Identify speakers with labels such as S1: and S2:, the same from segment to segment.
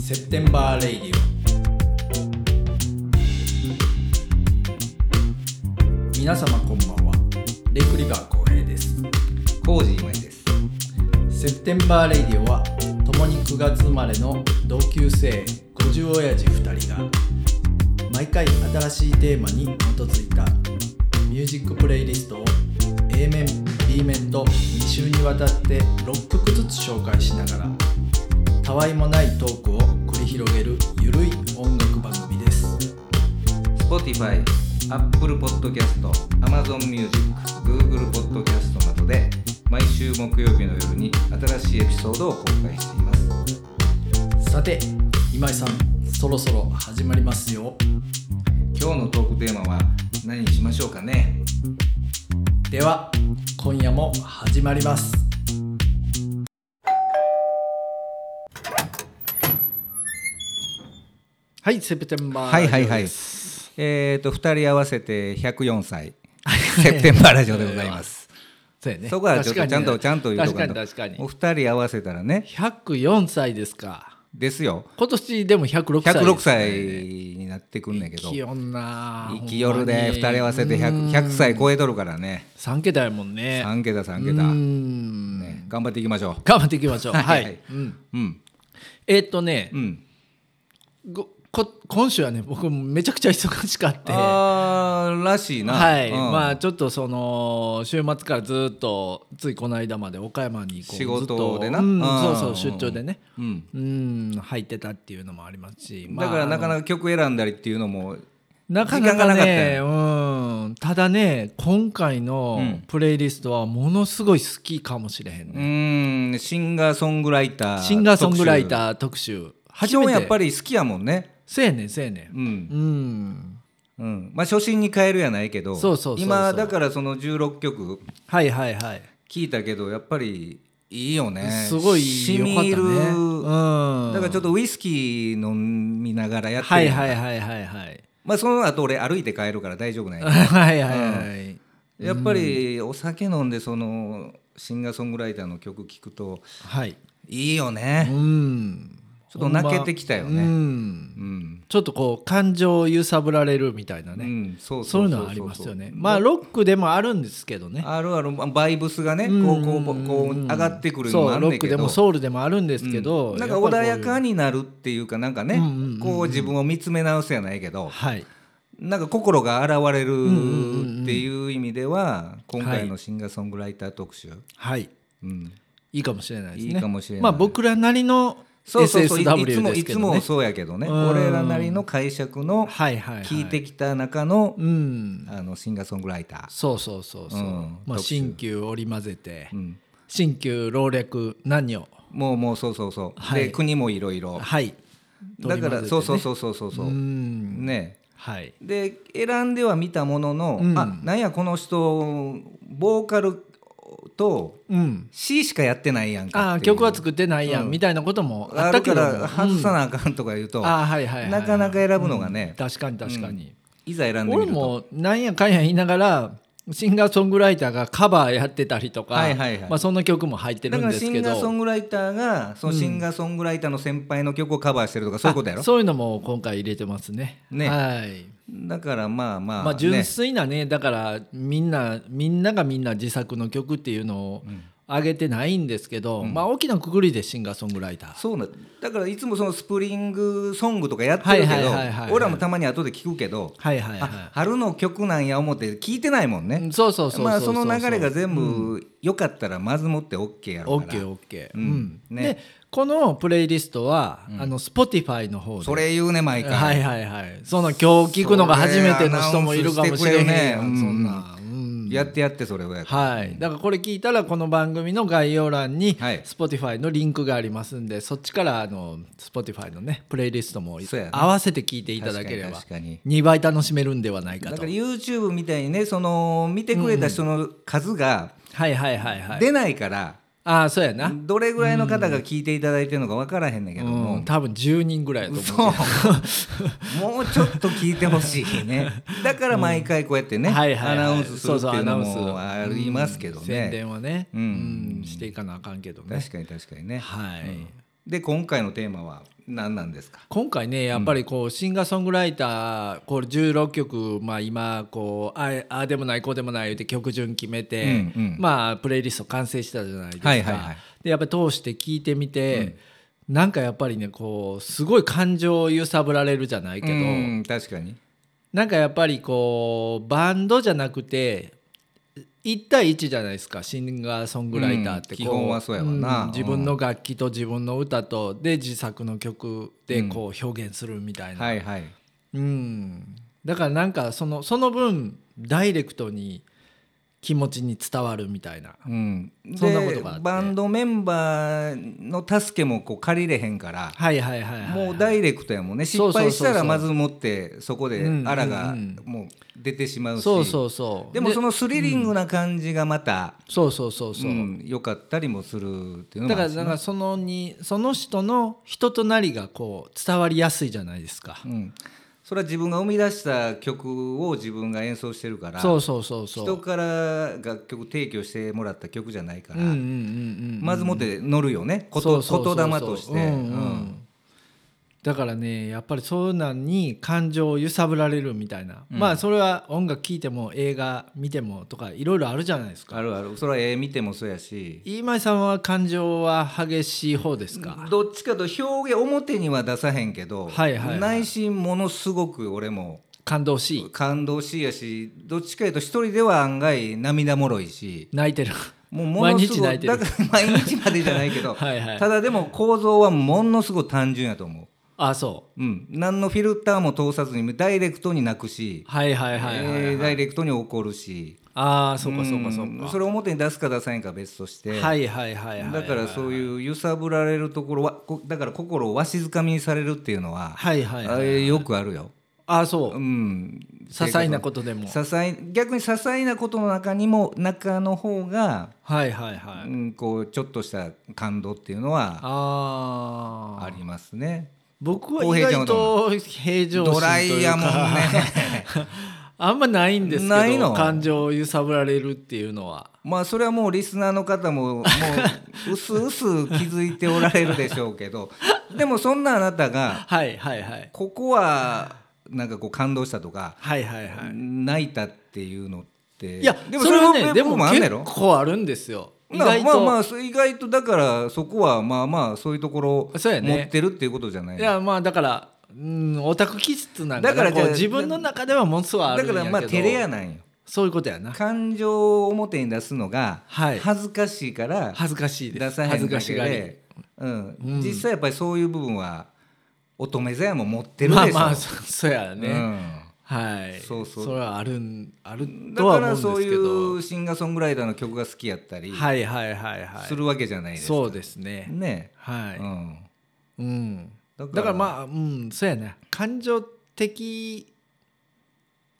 S1: セプテンバーレイディオ皆様こんばんはレイクリバー浩平です
S2: コージーまいです。
S1: セプテンバーレイディオは共に9月生まれの同級生50親父2人が毎回新しいテーマに基づいたミュージックプレイリストを A 面 B 面と2週にわたって6曲ずつ紹介しながらたわいもないトークを繰り広げるゆるい音楽番組です
S2: Spotify、Apple Podcast、Amazon Music、Google Podcast などで毎週木曜日の夜に新しいエピソードを公開しています。
S1: さて今井さんそろそろ始まりますよ
S2: 今日のトークテーマは何にしましょうかね
S1: では今夜も始まりますはいセプテンバー
S2: はいはい
S1: ラジ
S2: は
S1: オ
S2: い
S1: です。
S2: えっ、と、二人合わせて104歳。セプテンバーラジオでございます。
S1: そうやね
S2: そこはちょっと
S1: 確
S2: ち
S1: か
S2: ゃ
S1: に
S2: んと、ちゃんと言うと
S1: 確か
S2: ん
S1: に
S2: と
S1: 確かに
S2: お二人合わせたらね、
S1: 104歳ですか
S2: ですよ。
S1: 今年でも106歳
S2: 106歳になってくんねんけど。
S1: 生きよんな
S2: 生きよるで2人合わせて
S1: 100
S2: 100, 100歳超えとるからね
S1: 3桁やもんね
S2: 3桁3
S1: う
S2: 桁、
S1: ん
S2: ね、頑張っていきましょ
S1: 頑張っていきましょう
S2: はい
S1: は
S2: はい
S1: いうん
S2: ううん
S1: えーっとね
S2: うん
S1: ごこ今週はね僕めちゃくちゃ忙しかって
S2: あーらしいな
S1: はい、
S2: うん
S1: まあちょっとその週末からずっとついこの間まで岡山にこう
S2: 仕事でな
S1: ずっとうん
S2: うん
S1: そうそう出張でね
S2: うん
S1: うん入ってたっていうのもありますし、まあ
S2: だからなかなか曲選んだりっていうのも
S1: なかな
S2: 時間
S1: か
S2: がなかった
S1: ね
S2: よ
S1: うんただね今回の
S2: うん
S1: プレイリストはものすごい好きかもしれへんね、
S2: うーんシンガーソングライター
S1: シンガーソングライ
S2: ー
S1: ター特集
S2: 初めやっぱ
S1: り
S2: り好きやもんね
S1: せやねんせやね
S2: うんん、
S1: うん
S2: うん、まあ初心に変えるやないけど
S1: そうそうそうそう
S2: 今だからその16曲
S1: はいはいはい
S2: 聞いたけどやっぱりいいよね
S1: すごい
S2: し
S1: 良かった
S2: み
S1: ね。
S2: る
S1: うん
S2: だからちょっとウイスキー飲みながらやってる
S1: はいはいはいはいはい。
S2: まあその後俺歩いて帰るから大丈夫なんや
S1: はいはいはい。
S2: けどやっぱりお酒飲んでそのシンガーソングライターの曲聴くと
S1: はい。
S2: いいよ
S1: う
S2: ね、
S1: ん。
S2: ちょっと泣けてきたよ
S1: ほんま
S2: ね
S1: う。
S2: うんん
S1: ちょっとこう感情を揺さぶられるみたいな
S2: う
S1: ね。
S2: んそう
S1: そういうのはありますよね。まあロックでもあるんですけどね。
S2: あるあるまあバイブスがねこ
S1: うん
S2: うこうこうこう上がってくるのも
S1: そ
S2: あ
S1: う
S2: る
S1: ロ
S2: んだ
S1: ック
S2: け
S1: で
S2: ど
S1: もソウルでもあるんですけど、
S2: うんなん
S1: や
S2: か
S1: っぱりこう
S2: 穏やかになるっていうかなんかね
S1: うんうんうん
S2: こう自分を見つめ直すやないけど
S1: はい。
S2: なんか心が現れ
S1: んうんうんう
S2: る
S1: ん
S2: っていう意味では今
S1: は
S2: 回
S1: い
S2: のシンガーソングライター特集、
S1: はい。
S2: うん、
S1: いいかもしれないですね。
S2: いいかもしれない
S1: まあ僕らなりの SSW
S2: そうそうそうい
S1: で
S2: いつも
S1: す
S2: い
S1: け
S2: つ
S1: どね。
S2: もそうやけどね
S1: うん
S2: 俺らなりの解釈の
S1: はいはい、はい。
S2: 聞いてきた中の,、
S1: うん。
S2: あのシンガーソングライタ
S1: そうそうそうそう、
S2: うん
S1: まあ、
S2: 特集
S1: 新旧織り交ぜて、
S2: ー、うん、
S1: 新旧老略何を
S2: もうもうそうそうそう、
S1: はい
S2: で国もいろいろ
S1: はい
S2: だか
S1: 取り混
S2: ら、
S1: ぜてね
S2: そうそうそうそうそうそうう、
S1: ん
S2: ね
S1: はい
S2: で選んでは見たものの、
S1: うん
S2: あなんやこの人ボーカルと
S1: うん、
S2: C しかやってないやんか
S1: あ
S2: っ
S1: あ
S2: ていう
S1: 曲は作ってないやん、みたいなこともあ
S2: あ
S1: った
S2: る
S1: け
S2: か
S1: ども
S2: ら外さなあかんとか言うと、
S1: うんああはいはいはい、はい、
S2: なかなか選ぶのがね、
S1: 確かに確かに、
S2: いざ選んでみ
S1: 俺
S2: ると
S1: もなんやかんや言いながらシンガーソングライターがカバーやってたりとか、
S2: はいはいはい
S1: まあ、その曲も入ってる
S2: だ
S1: ん
S2: か
S1: で
S2: ら
S1: す
S2: シ
S1: け
S2: ン
S1: ど
S2: ガーソングライターがそのシンガーソングライターの先輩の曲をカバーしてるとかそういうことやろ
S1: あそういうのも今回入れてますね
S2: ね
S1: はい
S2: だからまあまあ、
S1: まあ、純
S2: ね
S1: 粋なねだからみんなみんながみんな自作の曲っていうのを上げてないんですけど、まあ大きなくくりでシンガーソングライター
S2: そうなだからいつもそのスプリングソングとかやってるけ
S1: はい
S2: ど
S1: はいはいはいはい
S2: 俺らもたまに後で聞くけど、
S1: はいはいはい
S2: あ春の曲なんや思って聞いてないもんね、
S1: うんそうそうそうそう
S2: まあ
S1: う
S2: その流れが全部良かったらまずもって OK やろ
S1: オ
S2: う
S1: ッ
S2: か
S1: ケ
S2: ら、
S1: ーオッケー、
S2: うん
S1: うん
S2: ね
S1: でこのプレイリストは、あの Spotify の方で
S2: それ言うね毎回、
S1: はいはいはいその今日聞くのが初めての人もいるかもしれへんやん
S2: そ
S1: そ
S2: れアナウンスしてくれよね
S1: んな、うん
S2: やってやってそれをやって
S1: はい、だからこれ聞いたらこの番組の概要欄に
S2: はい
S1: Spotify のリンクがありますんでそっちからあの Spotify のねプレイリストも
S2: そうやな
S1: 合わせて聞いていただければ
S2: 確かに確か
S1: 2倍楽しめるんではないか
S2: だ
S1: と
S2: から YouTube みたいにねその見てくれた人の数が
S1: はいはいはいはい
S2: 出ないから、
S1: ああそうやな、
S2: どれぐらいの方が聞いていただいてるのか分からへんねんけ
S1: う
S2: ども、
S1: ん、多分10人ぐらいやと
S2: そう
S1: 思うけど
S2: もうちょっと聞いてほしいねだから毎回こうやってね、
S1: うんはいはいはい
S2: アナウンスする
S1: そう
S2: っていうの
S1: そうアナウン
S2: もありますけど
S1: 宣
S2: ね
S1: 伝はね、う
S2: うんん
S1: していかなあかんけどね
S2: 確かに確かにね
S1: はい、
S2: で今回のテーマは何なんですか
S1: 今回ねやっぱりこうシンガーソングライターこう16曲、まあ、今こうあああでもないこうでもない言って曲順決めて、
S2: うんうん
S1: まあプレイリスト完成したじゃないですか。
S2: はいはいはい
S1: でやっぱり通して聞いてみて、なんかやっぱりねこうすごい感情を揺さぶられるじゃないけど、
S2: うん確かに
S1: なんかやっぱりこうバンドじゃなくて1対1じゃないですかシンガーソングライターってこ
S2: うん基本はそうやわな
S1: 自分の楽器と自分の歌とで自作の曲でこう表現するみたいな、
S2: はいはい
S1: うん、だからなんかそのその分ダイレクトに気持ちに伝わるみたいな
S2: うん、
S1: そんな
S2: で
S1: ことがあって
S2: バンドメンバーの助けもこう借りれへんから、
S1: はいはいはい、はい、
S2: もうダイレクトやもんね
S1: そ
S2: 失
S1: うそうそうそう
S2: 敗したらまず持ってそこで
S1: うん
S2: あらが
S1: うん
S2: もう出てしまうし、
S1: そうそうそう
S2: でもそのスリリングな感じがまた
S1: そうそうそうそう、
S2: うん良かったりもするっていうの
S1: だ
S2: もあ
S1: から
S2: るし
S1: なんかそのにその人の人となりがこう伝わりやすいじゃないですか、
S2: うん、それは自分が生み出した曲を自分が演奏してるから
S1: そうそうそうそう
S2: 人から楽曲提供してもらった曲じゃないから、
S1: うんうんうんうん
S2: まずもって乗るよね、こと
S1: そうそうそうそう
S2: 言霊として。
S1: うんうん
S2: うん
S1: だからねやっぱりそういうのに感情を揺さぶられるみたいな、まあそれは音楽聴いても映画見てもとかいろいろあるじゃないですか
S2: あるあるそれは絵見てもそうやし
S1: 飯前さんは感情は激しい方ですか、
S2: どっちかと表現表には出さへんけど、
S1: はいはいはい
S2: 内心ものすごく俺も
S1: 感動しい
S2: 感動しいやしどっちかというと一人では案外涙もろいし
S1: 泣いてる
S2: もうもの
S1: 毎
S2: すご
S1: 日泣いてる
S2: だから毎日までじゃないけ ど
S1: はいはい
S2: ただでも構造はものすごい単純やと思
S1: あそ
S2: うん、うん、何のフィルターも通さずにダイレクトに泣くし
S1: う、はいはいはいはい、
S2: えーダイレクトに怒るし
S1: ああそうかそうかそう
S2: うん
S1: か
S2: それを表に出すか出さへんかは別として、
S1: はいはいはいはい
S2: だからそういう揺さぶられるところはこだから心をわしづかみにされるっていうのは、
S1: はいはい
S2: あ
S1: はい
S2: れよくあるよ。、
S1: ああそううん些細なことでも
S2: 些細逆に些細なことの中にも中の方が、
S1: はいはいはい、
S2: うん、こうちょっとした感動っていうのは
S1: ああ
S2: ありますね。
S1: 僕は意外と平常心
S2: ド
S1: と
S2: ラ
S1: い
S2: イ
S1: う
S2: や
S1: か
S2: もんね。
S1: あんまないんです
S2: な
S1: け
S2: い
S1: ど
S2: の
S1: 感情を揺さぶられるっていうのは
S2: まあそれはもうリスナーの方ももう薄々気づいておられるでしょうけどでもそんなあなたが
S1: はいはいはい
S2: ここはなんかこう感動したとか
S1: はいはいはい
S2: 泣いたっていうのって
S1: いや
S2: でも
S1: そ
S2: そ
S1: れ
S2: れ
S1: は
S2: は
S1: ね
S2: ね
S1: で
S2: で
S1: も
S2: もあんね
S1: 結
S2: やろ
S1: 構あるんですよ意
S2: まあ
S1: 外
S2: まあま
S1: と
S2: あそ意外とだからそこはまあまあそういうところを
S1: そうやね
S2: 持ってるっていうことじゃない
S1: いやまあだからうんオタク気質なんか
S2: だから
S1: なこう
S2: じゃあ
S1: 自分の中ではものすごいあ
S2: だ
S1: るん
S2: か
S1: やけ
S2: ら
S1: ど
S2: まあ照れやなんよ
S1: そういうことやな
S2: 感情を表に出すのが
S1: はい
S2: 恥ずかしいから
S1: 恥ずかしいで
S2: 出
S1: す
S2: さへ
S1: 恥
S2: ん
S1: ず
S2: だ
S1: か
S2: け
S1: しがり
S2: で、うん実際やっぱりそういう部分は乙女座やもん持ってるでし
S1: まあ
S2: ょ、
S1: まあそそうやね、
S2: うん
S1: はい
S2: そうそう
S1: れはあるんある
S2: だ
S1: とは
S2: か
S1: 思うん
S2: ら
S1: ですけど
S2: そういうシンガーソングライターの曲が好きやったり
S1: はいはいはいはい
S2: するわけじゃないですか、
S1: そうですね
S2: ね
S1: はい、
S2: うん、
S1: うん、
S2: だから
S1: だからまあうんそうやね感情的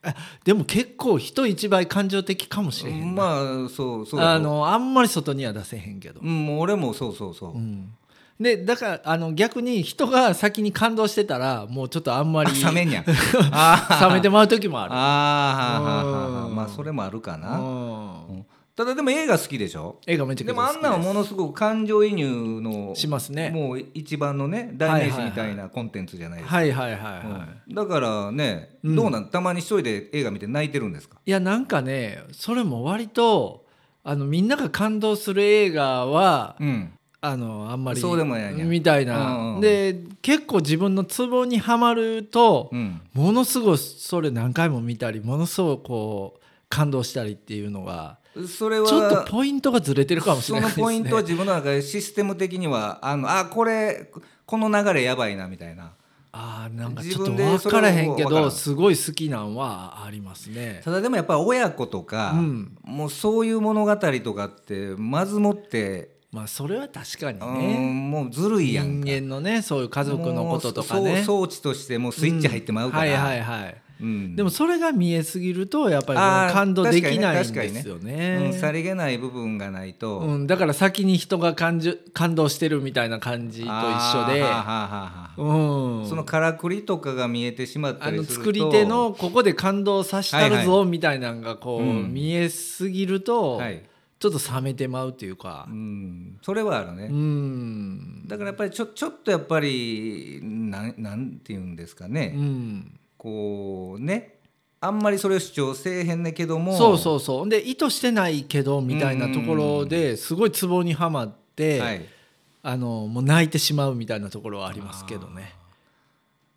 S1: あでも結構人一倍感情的かもしれへんな、
S2: まあそうそう
S1: あのあんまり外には出せへんけど
S2: う、ん、もう俺もそうそうそう、
S1: うんでだからあの逆に人が先に感動してたらもうちょっとあんま
S2: あ
S1: り
S2: 冷めんや
S1: 冷めてまう時も
S2: あ
S1: ある
S2: あーはーはーはーはー
S1: うん
S2: まあそれもあるか
S1: う
S2: な、
S1: ん
S2: うんただでも映画好きでしょ
S1: 映画めちゃくち
S2: で
S1: ゃ好
S2: も
S1: き
S2: あんなんはものすごく感情移入の
S1: しますね
S2: もう一番のね代名詞み
S1: はい
S2: た
S1: はい
S2: なコンテンツじゃないですか、
S1: はいはいはいはい、
S2: うんだからね、どうなんたまに一人で映画見て泣いてるんですか
S1: いやなんかねそれも割とあのみんなが感動する映画は
S2: うん
S1: あのあんまり
S2: そうでもないね
S1: みたい
S2: うんうん
S1: な
S2: うん
S1: で結構自分のツボにはまると
S2: うん
S1: ものすごいそれ何回も見たりものすごくこう感動したりっていうのが
S2: それ
S1: ち
S2: は
S1: ょっとポイントがずれてるかもしれないです
S2: そ
S1: ね
S2: のポイントは自分の中でシステム的にはあのあこれこの流れやばいなみたいな
S1: あーなんかち
S2: 自
S1: ょっと
S2: 分で
S1: 分からへんけ
S2: それを分か
S1: ど
S2: らん
S1: すごい好きなんはありますね
S2: ただでもやっぱ親子とか、
S1: うん
S2: もうそういう物語とかってまずもって、
S1: まあそれは確かに
S2: う
S1: ね
S2: んもうずるいやん
S1: 人
S2: か
S1: 間のねそういう家族のこととかね
S2: もうそう装置としてもうスイッチ入ってまうから、
S1: んはいはいはい
S2: うん
S1: でもそれが見えすぎるとやっぱりも
S2: あ
S1: う
S2: ー
S1: 感動できないん
S2: 確か
S1: で
S2: にね
S1: すよ
S2: う
S1: ね
S2: ん、。さりげない部分がないと、
S1: うん、だから先に人が感じ感動してるみたいな感じと一緒で、
S2: あーはあはあはあ
S1: うん、
S2: そのからくりとかが見えてしまった
S1: あ
S2: りす
S1: の
S2: ると
S1: 作り手のここで感動させたる
S2: は
S1: ぞみたいなのがこう
S2: うん
S1: 見えすぎると
S2: はい
S1: ちょっと冷めてまうというか
S2: うんそれはあるね、
S1: うん
S2: だからやっぱりちょちょっとやっぱりなんなんて言うんですかね、
S1: うん
S2: こうねあんまりそれを主張せえへんねんけども
S1: そうそうそうで意図してないけどみたいなところですごいツボにはまって、
S2: はい、
S1: あのもう泣いてしまうみたいなところはありますけどね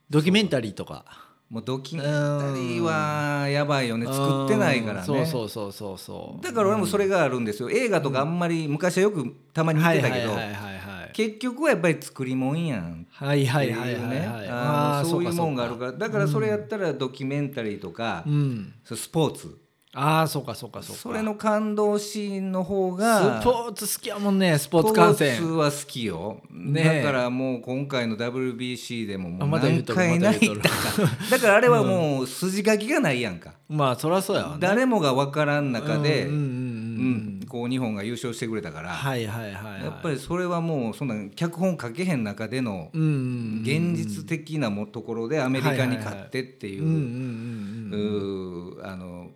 S1: ドキュメンタリーとか
S2: もうドキュメンタリーはやばいよね作ってないからね
S1: うんそうそうそうそうそう
S2: だから俺もそれがあるんですよ映画とかあんまり昔はよくたまに見
S1: は
S2: て
S1: いは
S2: た
S1: いは
S2: け
S1: い
S2: ど
S1: はいはい
S2: 結局はやっぱり作りもんやん
S1: はい
S2: っ
S1: は
S2: て
S1: い
S2: い
S1: は
S2: う
S1: いはい
S2: ね
S1: はい
S2: あ
S1: あ
S2: の
S1: ー
S2: そういう
S1: か
S2: もんがある
S1: か
S2: からだからそれやったらドキュメンタリーとか
S1: うん
S2: そうスポーツ
S1: ああそうかそうかそうか
S2: それの感動シーンの方が
S1: スポーツ好きやもんねスポーツ観
S2: スポーツ
S1: 戦
S2: は好きよ、
S1: ねえ
S2: だからもう今回の WBC でもも
S1: あ
S2: う
S1: また言う
S2: 何
S1: とる
S2: 回
S1: ま
S2: 泣
S1: た言
S2: いう
S1: とる
S2: たか、 だからあれはもう筋書きがないやんか、
S1: まあそりゃそうやわね
S2: 誰もが分からん中で、
S1: う
S2: うん
S1: うんうん
S2: んこう日本が優勝してくれたから、
S1: はいはいはいはい
S2: やっぱりそれはもうそんな脚本書けへん中での
S1: うんうん
S2: 現実的なもところでアメリカに勝ってってい
S1: うんうんう
S2: う,、
S1: んうん
S2: うーあの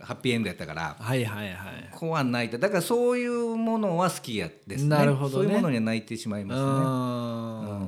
S2: ハッピーエンドやったから。
S1: はいはいはい
S2: こは泣いただからそういうものは好きやですね
S1: なるほどね
S2: そういうものには泣いてしまいうますね。
S1: ーん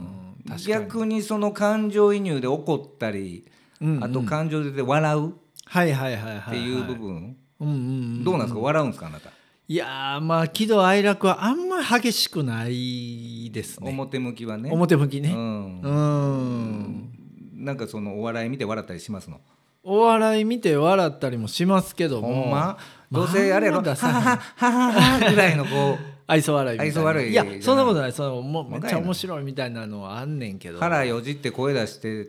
S1: 確かに
S2: 逆にその感情移入で怒ったり、
S1: うんうん
S2: あと感情で笑うっ
S1: はいはいはいは
S2: て
S1: い
S2: いう
S1: は
S2: 部
S1: い
S2: 分、
S1: うんうん
S2: どうなんですか笑うんですかあなた、
S1: いやーまあ喜怒哀楽はあんまり激しくないですね
S2: 表向きはね
S1: 表向き
S2: う
S1: ね
S2: ん
S1: う、ん
S2: なんかそのお笑い見て笑ったりしますの
S1: お笑い見て笑ったりもしますけど
S2: ほ
S1: も
S2: んまどうせあれやろ
S1: まだ
S2: は
S1: さ
S2: ははははぐらいのこ
S1: 愛想笑いみたいな
S2: 愛想笑い
S1: い
S2: じゃ
S1: や
S2: ない
S1: そんなことないそのもうめ
S2: ま
S1: っ
S2: だ
S1: ち
S2: や
S1: ゃ
S2: な
S1: 面白いみたいなのはあんねんけ
S2: う
S1: どあ
S2: 腹よじって声出して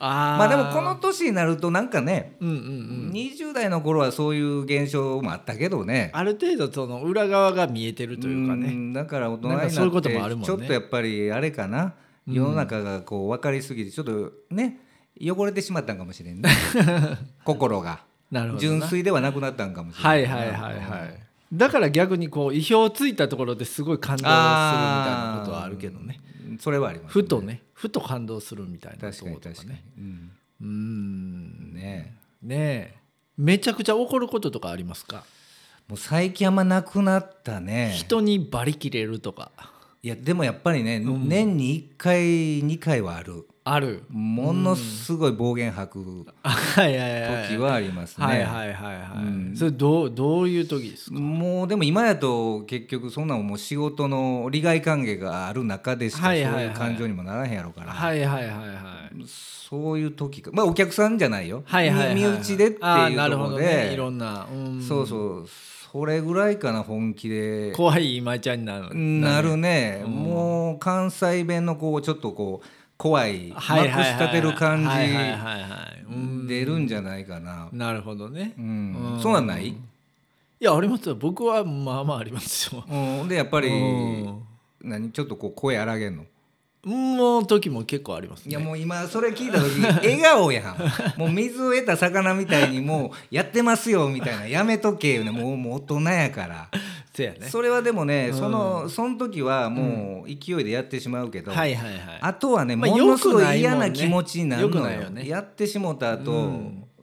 S1: あー
S2: まあでもこの年になるとなんかね、
S1: うんうんうん
S2: 20代の頃はそういう現象もあったけどね
S1: ある程度その裏側が見えてるというかね
S2: んだから大人に
S1: なんか
S2: なって
S1: そういうこともあるもんね
S2: ちょっとやっぱりあれかな世の中がこう分かりすぎてちょっとね汚れてしまったんかもしれ んね心が
S1: なるほど
S2: 純
S1: な
S2: 粋ではなくなったんかもしれな
S1: はいはいはいはいだから逆にこう意表をついたところですごい感動するみたいなことはあるけどね
S2: それはあります
S1: ふとねふと感動するみたいなと
S2: 確
S1: こ
S2: かに
S1: ろと
S2: 確
S1: か
S2: かに
S1: ね、
S2: うん
S1: うーん
S2: ね
S1: ねえめちゃくちゃ怒ることとかありますか
S2: もう最近あんまなくなったね
S1: 人にバリ切れるとか
S2: いやでもやっぱりね、年に1回2回はある
S1: あ る
S2: ものすごい暴言吐く
S1: あはいはいはい
S2: 時はありますね、
S1: はいはいはいはい、
S2: うん
S1: それどうどういう時ですか
S2: もうでも今やと結局そんなんもう仕事の利害関係がある中でしかそう
S1: はいはいはい
S2: いう感情にもならへんやろから、
S1: はいはいはいはい
S2: そういう時かまあお客さんじゃないよ、
S1: はいはいはい
S2: み身内でっていうとこ
S1: あ
S2: ろ
S1: ー
S2: で
S1: なるほどねいろんな、うん、
S2: そうそうそれぐらいかな本気で
S1: 怖い今井ちゃんになる
S2: なるね、もう関西弁のこうちょっとこう怖いまく
S1: はいはいはい
S2: したてる感
S1: はいはいはいはいうん
S2: じ出るんじゃないかな、
S1: なるほどね、
S2: う
S1: い
S2: んそうなんない、
S1: やありますよ僕はまあまあありますよ
S2: うん、でやっぱり、
S1: うん
S2: 何ちょっとこう声荒げんの
S1: もう時も結構あります
S2: いや
S1: ね
S2: もう今それ聞いた 時笑顔やんもう水を得た魚みたいにもうやってますよみたいなやめとけよねもうもう大人やから、
S1: せやね
S2: それはでもねそのその時はもう勢いでやってしまうけど、
S1: はいはいはい
S2: あとはね、
S1: まあ
S2: ものすご
S1: 良くないいも
S2: 嫌
S1: んね
S2: な気持ちになるの
S1: 良く
S2: よ
S1: ないよね
S2: やってしもた後、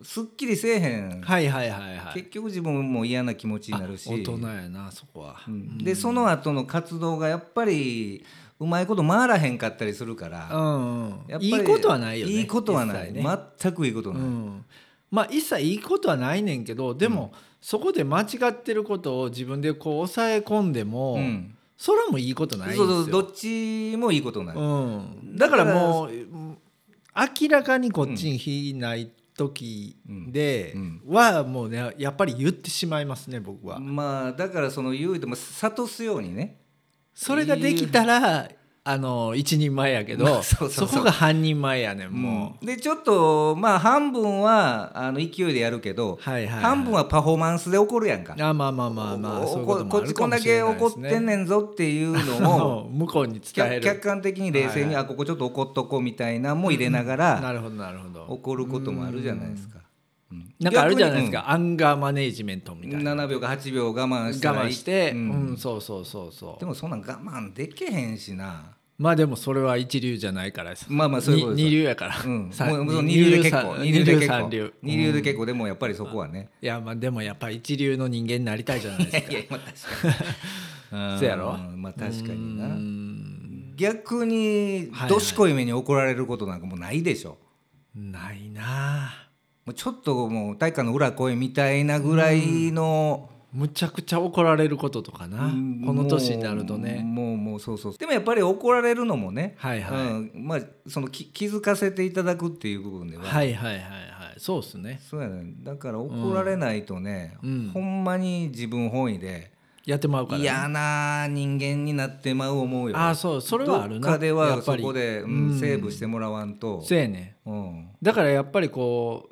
S2: すっきりせえへん、
S1: はいはいはいはい
S2: 結局自分も嫌な気持ちになるし
S1: 大人やなそこは、
S2: うんでその後の活動がやっぱりうまいこと回らへんかったりするから、
S1: うんう
S2: や
S1: ん、
S2: っぱり
S1: いいことはないよね
S2: いいことはな
S1: 一
S2: い、
S1: 切ね
S2: 全くいいことは
S1: う
S2: ない、
S1: ん、まあ一切いいことはないねんけどでも、そこで間違ってることを自分でこう抑え込んでも、
S2: うん
S1: それはもういいことないんです
S2: そ
S1: よ
S2: うそうどっちもいいことない、
S1: うん、だからもううん明らかにこっちに非ない時で
S2: うん
S1: はもうねやっぱり言ってしまいますね僕は。
S2: まあだからその言うても諭すようにね
S1: それができたらあの一人前やけ
S2: ま
S1: ど
S2: あそうそうそう
S1: そこが半人前やねんも
S2: でちょっとまあ半分はあの勢いでやるけど
S1: う、、はいはいはい、
S2: 半分はパフォーマンスで怒るやんか、
S1: あまあまあまあまあ
S2: お
S1: そういうことも
S2: こ
S1: あ
S2: っち
S1: る
S2: こ
S1: か
S2: ん
S1: も
S2: だ
S1: しれ
S2: け
S1: ないで
S2: 怒っ
S1: すね
S2: てんねんぞっていう のを
S1: もう向こうに伝え
S2: 客客
S1: る
S2: 観的に冷静に、
S1: はい
S2: あここちょっと怒っとこうみたいなも入れながら、
S1: なるほどなるほど
S2: 怒ることもあるじゃないですか、う
S1: なんかあるじゃないで
S2: 逆
S1: す
S2: に
S1: か、アンガーマネージメントみたいな
S2: 7秒か8秒我慢したら
S1: 我慢して、
S2: う
S1: うんん、そうそうそうそう
S2: でもそんなん我慢できへんしな
S1: まあでもそれは一流じゃないからです
S2: まあまあそういうことです
S1: に二流やから、
S2: うん、
S1: さ
S2: もうもう二流で結構
S1: 三
S2: 二流で結
S1: 三
S2: 構
S1: 流
S2: 二流で
S1: うん
S2: 結構でもやっぱりそこはね
S1: いやまあでもやっぱ一流の人間になりたいじゃないですか
S2: いやまあ確か に
S1: そうやろ
S2: んまあ確かに
S1: うー
S2: なん逆に
S1: はいはい
S2: どしこい目に怒られることなんかもうないでしょ
S1: ないなあ
S2: もうちょっともう体育館の裏来いみたいなぐらいの、
S1: むちゃくちゃ怒られることとかな
S2: うん
S1: この年になるとね
S2: もうもうもうそうそうでもやっぱり怒られるのもね、
S1: はいはい
S2: うん、まあそのき気づかせていただくっていう部分では、
S1: はいはいはいはいそうですね
S2: そうやねだから怒られないとね、
S1: うん
S2: ほんまに自分本位で
S1: やってまうから、ね、
S2: 嫌な人間になってまう思うよ
S1: ああそうそれはあるな
S2: どっかで
S1: や
S2: は
S1: っぱ
S2: そ
S1: り
S2: こで、う、
S1: うんん
S2: セーブしてもらわんと、
S1: そうやね
S2: うん、
S1: だからやっぱりこう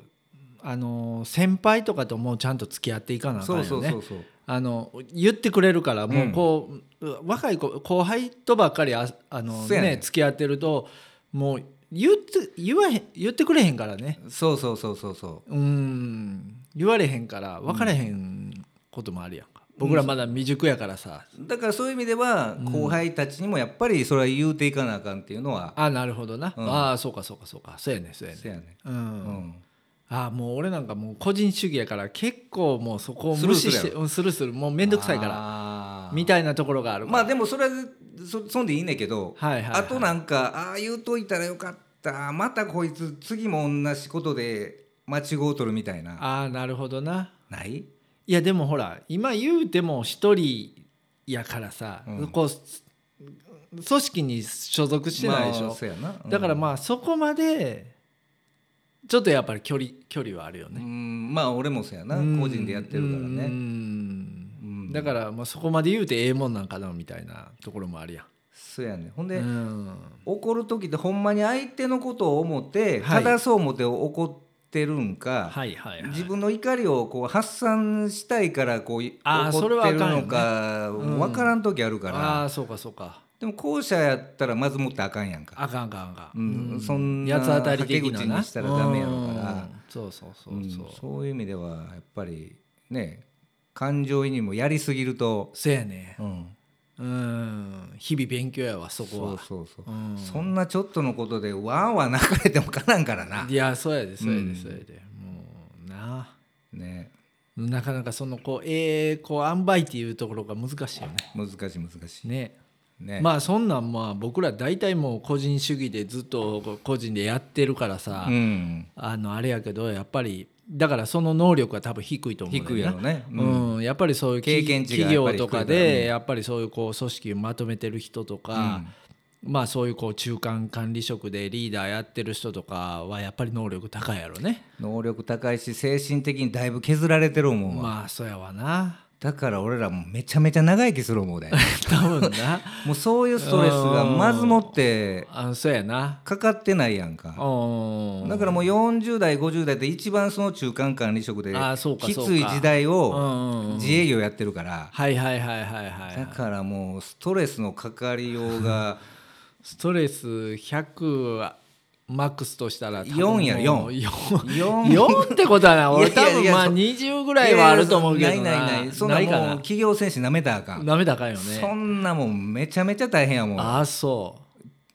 S1: あの先輩とかともうちゃんと付き合っていかなあかん
S2: そ
S1: よ
S2: う
S1: ね
S2: そうそうそう
S1: あの言ってくれるからもうこう、う若い子後輩とばっかりああの、
S2: そうや
S1: ね
S2: ね
S1: 付き合ってるともう言って言わへん言ってくれへんからね
S2: そうそうそうそうそう
S1: うん言われへんから分からへんこともあるやんか、僕らまだ未熟やからさ、
S2: だからそういう意味では後輩たちにもやっぱりそれは言うていかなあかんっていうのは、
S1: あなるほどな、
S2: うん
S1: ああそうかそうかそうかそうやねそうやね
S2: せやね、
S1: うん、
S2: うん
S1: ああもう俺なんかもう個人主義やから結構もうそこを
S2: ス
S1: 無
S2: ルーす
S1: 視
S2: るや
S1: し
S2: ろ
S1: てうんスルスルもう面倒くさいから
S2: ら
S1: みたいなところがある
S2: まあ
S1: あ
S2: でもそれはそそんでいいねんけど、
S1: はいはいはい
S2: あとなんかああ言うといたらよかったまたこいつ次も同じことで間違うとるみたいな
S1: ああなるほどな
S2: ない
S1: いやでもほら今言うても一人やからさ、
S2: うん
S1: こう組織に所属してないでしょ、
S2: まあそうやな、うん
S1: だからまあそこまでちょっとやっぱり距離距離はあるよ
S2: う
S1: ね、
S2: んまあ俺もそうやな
S1: うん
S2: 個人でやってるから
S1: うん
S2: ねうん
S1: だからまあそこまで言うてええもんなんかなみたいなところもあるやん
S2: そうやねほんで、
S1: うん
S2: 怒る時ってほんまに相手のことを思って
S1: はい
S2: 正そう思って怒ってるんか、
S1: はいはいはい
S2: 自分の怒りをこう発散したいからこう怒
S1: あーそれ
S2: っ
S1: はあ
S2: て
S1: かん
S2: る
S1: よね
S2: のか
S1: うん
S2: 分からん時あるか
S1: あ
S2: ら、
S1: あそうかそうか
S2: でも後者やったらまずもってあかんやんか
S1: あかんあかんあかん、
S2: うんそんな
S1: 八つ当たり的な
S2: はけ口
S1: な
S2: にしたらダメやろから
S1: うんそうそうそう
S2: うん
S1: そう、
S2: そういう意味ではやっぱりね感情移入もやりすぎると、
S1: せやね
S2: うん、
S1: うん日々勉強やわそこ
S2: そう
S1: は
S2: そうそう、
S1: うん
S2: そんなちょっとのことでわーわー泣かれてもかなんからない
S1: やそうやでそうや
S2: う
S1: で
S2: ん
S1: そうやで、もうな
S2: ね
S1: なかなかそのこうええこう塩梅っていうところが難しいよね
S2: 難しい難しい
S1: ね
S2: ね
S1: まあそんなんまあ僕ら大体もう個人主義でずっとこう個人でやってるからさ、
S2: うん
S1: あのあれやけどやっぱりだからその能力は多分低いと思うねんな
S2: 低いやろね
S1: う
S2: うん
S1: んやっぱりそういう
S2: 経験値が
S1: 企
S2: やっ
S1: 業
S2: ぱり
S1: と
S2: 低いから
S1: かでやっぱりそういうこう組織をまとめてる人とか、まあそういうこう中間管理職でリーダーやってる人とかはやっぱり能力高いやろね
S2: 能力高いし精神的にだいぶ削られてる思うわ、
S1: まあそやわな
S2: だから俺らもめちゃめちゃ長生きする思うで
S1: 多分な
S2: もうそういうストレスがまずもって
S1: あのそうやな
S2: かかってないやん
S1: う
S2: か
S1: ん
S2: だからもう40代50代って一番その中間管理職で
S1: あーそうか
S2: きつ
S1: そうか
S2: い時代
S1: うんうんうん
S2: を自営業やってるから
S1: はいはいはいはいはい
S2: だからもうストレスのかかりようが
S1: ストレス100はマックスとしたら
S2: 4や
S1: もう
S2: 4
S1: 4,
S2: 4
S1: 4ってことはない俺
S2: い
S1: 多
S2: やいやい
S1: 分
S2: や
S1: まあ
S2: そ
S1: 20ぐらいはあると思うけど
S2: いやいやないないないそんなもう
S1: かな
S2: 企業選手なめたらあかん
S1: ダメだかんよね
S2: そんなもんめちゃめちゃ大変やもん
S1: ああそ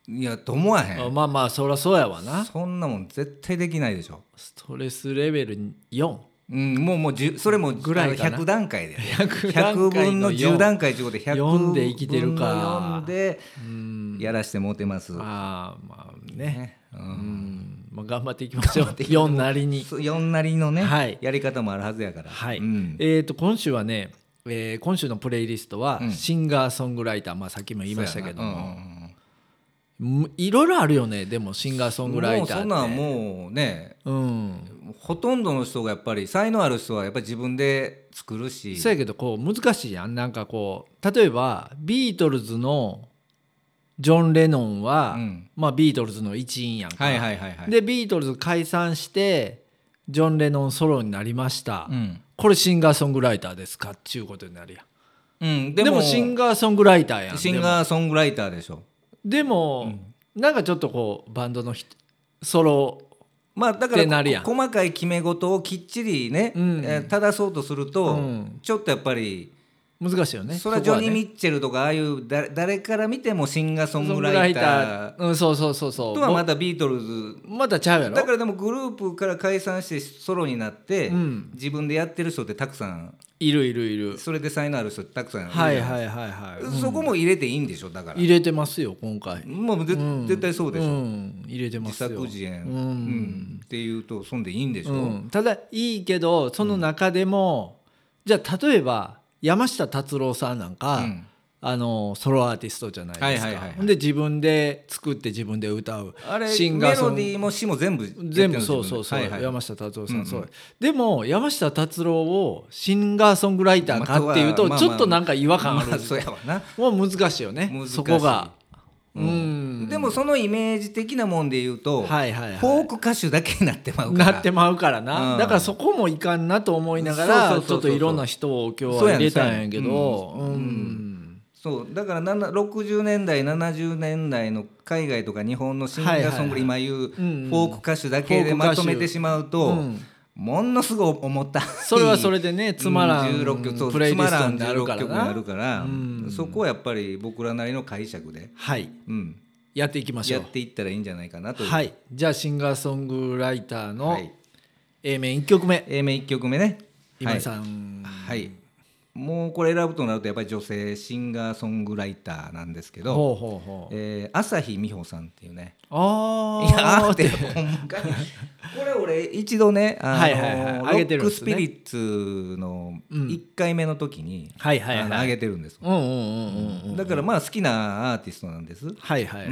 S2: いやと思わ
S1: う、
S2: へ
S1: あ
S2: ん
S1: まあまあそりゃそうやわな
S2: そんなもん絶対できないでしょ、
S1: ストレスレベル4100
S2: うん、もうもうじゅそれもぐ
S1: らいかな
S2: 100段階で
S1: 段階の
S2: 100分の10段階ということで100
S1: 4で生きてるか
S2: 分の4で
S1: うん
S2: やらしてもうてます、
S1: ああまあね
S2: ねう、
S1: うんん、まあ、頑張っていきましょう4なりに
S2: そう4なりのね、
S1: はい
S2: やり方もあるはずやから、
S1: はい、
S2: うん
S1: えっ、と今週はね、えー今週のプレイリストは、
S2: うん
S1: シンガーソングライターまあさっきも言いましたけど
S2: そうやな
S1: も、
S2: うんうんうん
S1: むいろいろあるよねでもシンガーソングライターって
S2: もうそんなんもうね
S1: うん
S2: ほとんどの人がやっぱり才能ある人はやっぱり自分で作るし
S1: そうやけどこう難しいやんなんかこう例えばビートルズのジョン・レノンは、
S2: うん
S1: まあ、ビートルズの一員やんか、
S2: はいはいはいはい
S1: でビートルズ解散してジョン・レノンソロになりました、
S2: うん
S1: これシンガーソングライターですかっちゅうことになるやん
S2: うん、
S1: で
S2: で
S1: も
S2: も
S1: シンガーソングライターやん
S2: シン
S1: でも
S2: ガーソングライターでしょ
S1: でも、なんかちょっとこうバンドの人ソロ
S2: まあだ
S1: っ
S2: から
S1: てなるやん
S2: こ細かい決め事をきっちりね、
S1: うん
S2: えー正そうとすると、
S1: うん
S2: ちょっとやっぱり
S1: 難しいよね
S2: それはジョニー・
S1: こ
S2: ミッチェルとかああいうだ誰から見てもシンガーソ
S1: はね
S2: ン
S1: ソン
S2: グ
S1: グ
S2: ラ
S1: ラ
S2: イ
S1: イ
S2: タ
S1: タ
S2: ー
S1: ーうんそうそうそうそう
S2: とはま
S1: ぼ
S2: たビートルズ
S1: まだちゃうやろ
S2: だからでもグループから解散してソロになって、
S1: うん
S2: 自分でやってる人ってたくさん
S1: いるいるいる
S2: それで才能ある人ってたくさんいるじゃん
S1: はいはいはいはい、うん
S2: そこも入れていいんでしょだから
S1: 入れてますよ今回
S2: もうぜ絶対そうでしょ、
S1: うん入れてま
S2: 自
S1: すよ
S2: 作自演、
S1: う
S2: うんんっていうとそんでいいんでしょ、
S1: うん、ただいいけどその中でも、じゃあ例えば山下達郎さんなんか、
S2: うん
S1: あのソロアーティストじゃないですか、
S2: はいはいはいはい
S1: ほんで自分で作って自分で歌う
S2: あれ
S1: シンガーソング
S2: メロディーも詩も全部やってるの
S1: 全部そうそうそう、
S2: 自分ではいはい
S1: 山下達郎さん、
S2: うんうん
S1: そうでも山下達郎をシンガーソングライターかっていうと
S2: まあ
S1: ちょっとなんか違和感ある
S2: まあそうやわな
S1: もう難しいよね
S2: 難しい
S1: そこがう、
S2: うんでもそのイメージ的なもんで言うと、
S1: はいはいはい
S2: フォーク歌手だけになってまうから
S1: なってまうからな、
S2: うん
S1: だからそこもいかんなと思いなが
S2: そう
S1: ら
S2: そう
S1: ち
S2: そ
S1: ょっ
S2: うそ
S1: と
S2: う
S1: いろんな人を今日は入れたんやけど
S2: そうやねそうやね
S1: うん
S2: そうだからなな60年代70年代の海外とか日本のシンガーソングで今言うフ
S1: んうん
S2: ォーク歌手だけでまとめてしまうと、
S1: うん
S2: ものすごい重たい
S1: それはそれでねつまらん
S2: うん16曲そう
S1: プレイ
S2: つ
S1: リ
S2: ま
S1: ス
S2: ら
S1: ト
S2: ん
S1: になるから
S2: 16曲になる
S1: な
S2: から、
S1: うん
S2: そこはやっぱり僕らなりの解釈で、
S1: はい
S2: うん、
S1: やっていきまし
S2: や
S1: ょう
S2: っていったらいいんじゃないかなという、
S1: はいじゃあシンガーソングライターの
S2: はい
S1: A 面1曲目
S2: A 面1曲目ね
S1: 今井さん
S2: はい、はい、もうこれ選ぶとなるとやっぱり女性シンガーソングライターなんですけど、
S1: ほうほうほう
S2: えー、朝日美穂さんっていうね
S1: あ
S2: いや
S1: ー
S2: ーってほんまにこれ俺一度ねあの
S1: はいはいはい上げてるんで
S2: ロック
S1: す
S2: ス
S1: ね
S2: ピリッツの
S1: うん
S2: 1回目の時に、
S1: はいはい
S2: あの
S1: は
S2: 上
S1: い
S2: げてるんです、
S1: うんうんうんうんうん
S2: だからまあ好きなアーティストなんです、
S1: はいはいはいはい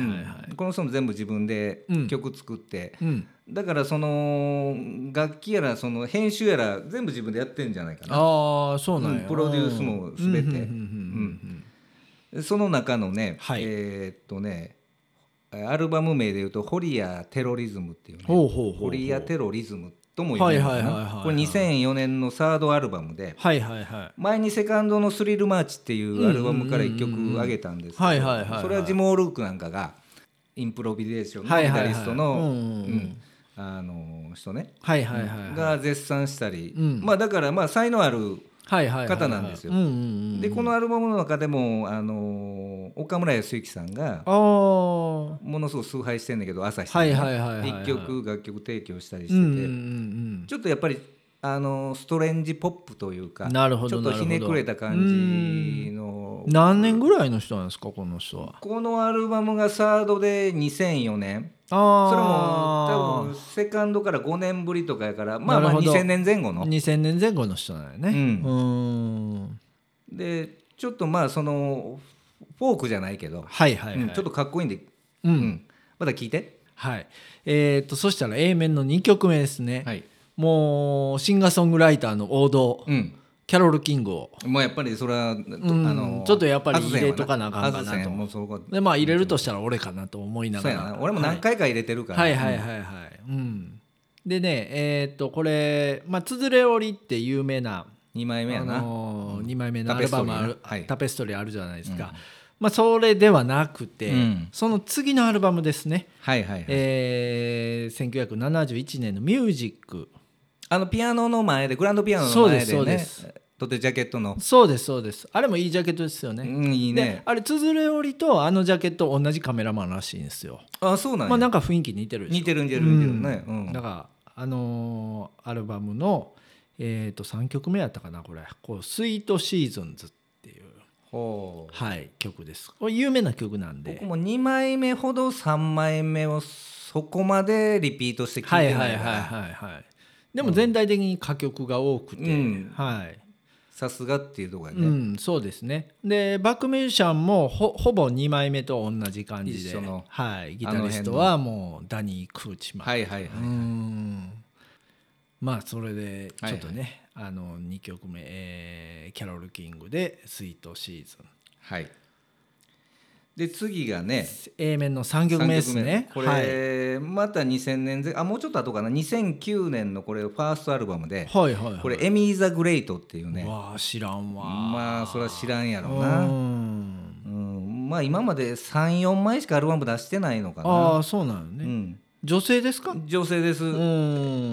S2: うんこの人も全部自分で
S1: うん
S2: 曲作って、
S1: うん
S2: だからその楽器やらその編集やら全部自分でやってるんじゃないかな
S1: ああそうなん
S2: う
S1: や
S2: んプロデュースも全て
S1: うんうんうんうん
S2: その中のね、
S1: はい
S2: えーっとねアルバム名でいうと「ホリア・テロリズム」っていうね
S1: ほうほうほうほう
S2: ホリア・テロリズム」とも言うのか
S1: はいはいはいはいは
S2: ないこれ2004年のサードアルバムで
S1: はいはいはい
S2: 前にセカンドの「スリル・マーチ」っていうアルバムから1曲上げたんですけ
S1: はいはいはいはい
S2: どそれはジモー・ルークなんかがインプロビデーションの
S1: はい
S2: ギ
S1: はいは
S2: タ
S1: い
S2: リスト
S1: う
S2: の
S1: んうんうん
S2: うんあの人ね
S1: はいはいはいはい
S2: が絶賛したり
S1: うん
S2: まあだからまあ才能ある
S1: はいはいはいはい
S2: 方なんですよ
S1: うんうんうん
S2: でこのアルバムの中でもあの岡村康之さんが
S1: ああは
S2: ものすごく崇拝してんだけど朝日さん
S1: い
S2: が
S1: はいはいはいはい
S2: 一曲楽曲提供したり
S1: うんうんう
S2: してて
S1: ん
S2: ちょっとやっぱりあのストレンジポップというか
S1: なるほど
S2: ちょっとひねくれた感じの
S1: うん何年ぐらいの人なんですかこの人は
S2: このアルバムがサードで2004年それも多
S1: あ
S2: 分セカンドから5年ぶりとかやからま
S1: な
S2: あま
S1: る
S2: あ
S1: ほど
S2: 2000年前後の
S1: 2000年前後の人なんやね
S2: う
S1: うん
S2: でちょっとまあそのフォークじゃないけど
S1: はいはい
S2: うん
S1: はい
S2: ちょっとかっこいいんで
S1: うん
S2: うんまだ聞いて
S1: はいえーとそしたら A 面の2曲目ですね
S2: はい
S1: もうシンガーソングライターの王道
S2: うん
S1: キャロル・キングを
S2: もうやっぱりそれは、
S1: んちょっとやっぱり入れとかなあかんかなと
S2: あずせんはあずせんもうそこ
S1: でまあ入れるとしたら俺かなと思いな
S2: そ
S1: が
S2: うや
S1: ら
S2: な俺も何回か入れてるから、
S1: はいはいはいはい、うん、でねえーっとこれ「まあ、つづれ織り」って有名な、
S2: 2枚目
S1: あ
S2: やな、
S1: の2枚目のアルバムある
S2: タペストリーなはい
S1: タペストリーあるじゃないですか、まあ、それではなくて、
S2: うん
S1: その次のアルバムですね、
S2: はいはいはい、
S1: えー1971年の「ミュージック
S2: あのピアノの前でグランドピアノ
S1: そ
S2: の
S1: うで
S2: 前
S1: す
S2: でね
S1: そ
S2: とってるジャケットの」、
S1: そうですそうですあれもいいジャケットですよ
S2: う
S1: ね、
S2: ん、いい
S1: で
S2: ね
S1: あれつづれ織りとあのジャケット同じカメラマンらしいんですよ、
S2: あそうなんや、
S1: まあなんか雰囲気似てるでしょ
S2: 似てる似てる似てるね、うん
S1: だからあのーアルバムの、えー、と3曲目やったかなこれこう「スイートシーズンズ」っていう、
S2: ほう
S1: はい、曲ですこれ有名な曲なんで
S2: 僕も2枚目ほど3枚目をそこまでリピートして聞
S1: はいい
S2: て
S1: は
S2: ない
S1: い
S2: か
S1: はい
S2: ら
S1: はいはいでも全体的に歌曲が多くて、
S2: うん
S1: はい
S2: さすがっていうところ
S1: う
S2: ね、
S1: ん、そうですねでバックミュージシャンもほほぼ2枚目と同じ感じで
S2: 一緒の
S1: はい、ギタリストはもうダニー・クーチマン
S2: はいはいはい、
S1: うんまあそれでちょっとね、あの2曲目、えーキャロル・キングで「スイートシーズン
S2: はいで次がね」
S1: A 面の3曲目ですね
S2: 三曲目こ
S1: はい、
S2: れ、また2000年前あもうちょっと後かな2009年のこれファーストアルバムで
S1: はいはいはい
S2: これ「エミー・ザ・グレイト」っていうね
S1: わあ知らんわ
S2: まあそれは知らんやろう
S1: う
S2: な、
S1: ん
S2: うん、まあ今まで34枚しかアルバム出してないのかな、
S1: ああそうなの
S2: う
S1: ね、
S2: ん、
S1: 女性ですか
S2: 女性です、
S1: う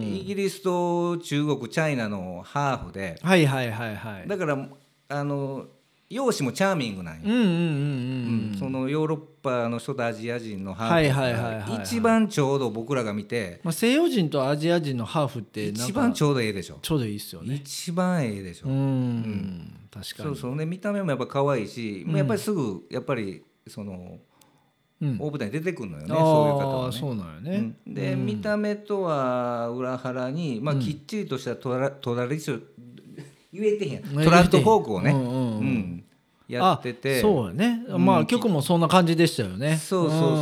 S1: ん
S2: イギリスと中国チャイナのハーフで
S1: はいはいはいはい
S2: だからあの容姿もチャーミングなんよ
S1: うんうんうんうん
S2: うんそのヨーロッパの人とアジア人のハ
S1: は
S2: ー
S1: い
S2: フ
S1: はいはいはいはい
S2: が一番ちょうど僕らが見て
S1: まあ、西洋人とアジア人のハーフってなんか
S2: 一番ちょうどええでしょ
S1: ちょうどいいっすよね
S2: 一番ええでし
S1: う
S2: ょ
S1: ん、確か
S2: そ
S1: に
S2: うそうね見た目もやっぱ可愛いし
S1: うん
S2: やっぱりすぐやっぱりその
S1: うん
S2: 大舞台に出てくるのよね
S1: あ
S2: そういう方は
S1: ー
S2: ね
S1: そうなんよね、
S2: うんで見た目とは裏腹にまあきっちりとしたトラトラディショ言えてへんやんトラットフォークをね
S1: うんうんうん
S2: うんやって
S1: あ
S2: て
S1: そうやね、まあ曲もそんな感じでしたよね
S2: そうそうそうそう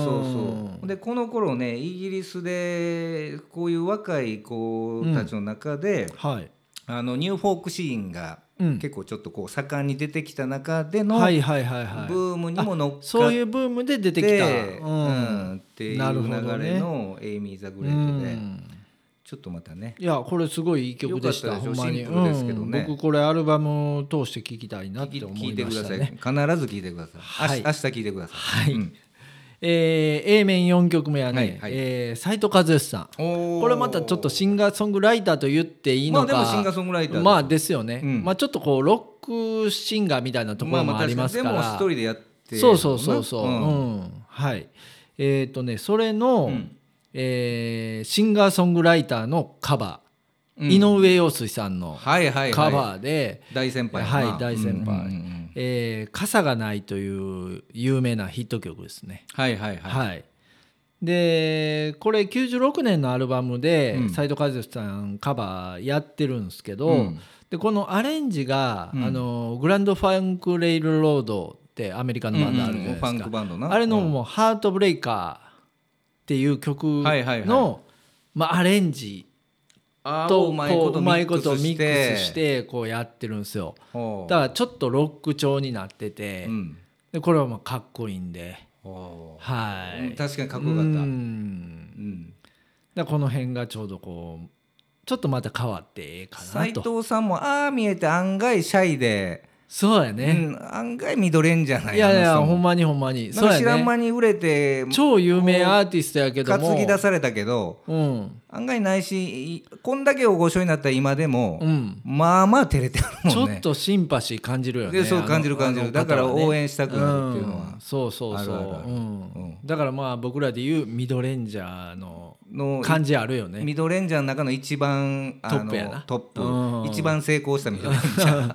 S2: うんでこの頃ねイギリスでこういう若い子たちの中で、
S1: はい、
S2: あのニューフォークシーンが
S1: うん、
S2: 結構ちょっとこう盛んに出てきた中での
S1: はいはいはいはい
S2: ブームにも乗っかって
S1: そういうブームで出てきた、
S2: う
S1: うん
S2: んっていう
S1: なるほど
S2: 流
S1: ね
S2: れのエイミー・ザ・グレ
S1: う
S2: ートで
S1: ん
S2: ちょっとまたね
S1: いやこれすごいいい曲でした
S2: よかっ
S1: ほん
S2: たですよ
S1: まに
S2: シンプルですけどね
S1: うん僕これアルバムを通して聴きたいなっ
S2: 聞
S1: て
S2: い
S1: 思い
S2: 聞いて
S1: ま
S2: くだ
S1: し
S2: さ
S1: た
S2: い
S1: ね、
S2: 必ず聞いてください、
S1: はい
S2: 明日明日聞いてください
S1: はい
S2: うん
S1: えー A 面4曲目はね、
S2: はいはい
S1: えー斉藤和義さん
S2: おー
S1: これまたちょっとシンガーソングライターと言っていいのか、
S2: まあでもシンガーソングライターです
S1: まあですよね、
S2: うん
S1: まあちょっとこうロックシンガーみたいなところもありますから、
S2: まあまあ確かにでも一人でやって
S1: そうそうそうそう、う
S2: うん
S1: んはいえっ、とねそれの、
S2: うん
S1: えーシンガーソングライターのカバー、
S2: うん
S1: 井上陽水さんの
S2: はいはいはい
S1: カバーで
S2: 大先輩やな
S1: はい大先輩
S2: うんうんうんうん
S1: 「えー傘がない」という有名なヒット曲ですね。
S2: はいはいはい、
S1: はいでこれ96年のアルバムで
S2: うん
S1: 斉藤和義さんカバーやってるんですけど、
S2: うん
S1: でこのアレンジが、
S2: うん
S1: あのグランドファンク・レイルロードってアメリカのバンドあるじゃないですか、
S2: うんうんファンクバンドな
S1: あれのもう「ハートブレイカー」っていう曲の、
S2: はいはいは
S1: まあ、アレンジ
S2: あー
S1: と
S2: うまい
S1: こ
S2: こ
S1: う
S2: と
S1: う
S2: ミ
S1: まいことミッ
S2: ッ
S1: ク
S2: ク
S1: ス
S2: ス
S1: し
S2: して
S1: てこうやってるんですよ
S2: ほう
S1: だからちょっとロック調になってて、
S2: うん
S1: でこれはもうかっこいいんで
S2: ほう
S1: はい、
S2: うん確かにかっこよかった
S1: うん
S2: うん
S1: だからこの辺がちょうどこうちょっとまた変わってええかな
S2: 斉
S1: と
S2: 藤さんもああ見えて案外シャイで、
S1: そうやね、
S2: うん、案外ミドレンじゃない
S1: いやいやほん
S2: ま
S1: まにほんまにそう
S2: なんか知ら
S1: や
S2: ん
S1: ね
S2: 間に売れて
S1: 超有名アーティストやけど
S2: 担
S1: も
S2: ぎ出されたけど
S1: うん
S2: 案外ないしいこんだけ大御所になった今でも、
S1: うん
S2: まあまあ照れてる
S1: ち
S2: も
S1: ょ
S2: んね
S1: っとシンパシー感じるよね
S2: でそう
S1: あの
S2: 感じる感じ
S1: あ
S2: る
S1: の
S2: だから
S1: 方はね
S2: 応援したくなるっていうのは
S1: んそうそうそう
S2: あるあるある
S1: うん
S2: うん
S1: だからまあ僕らでいうミドレンジャーの
S2: の
S1: 感じあるよね
S2: ミドレンジャーの中の一番あの
S1: トップやな
S2: トッ
S1: うん
S2: プ一番成功したミドレンジャ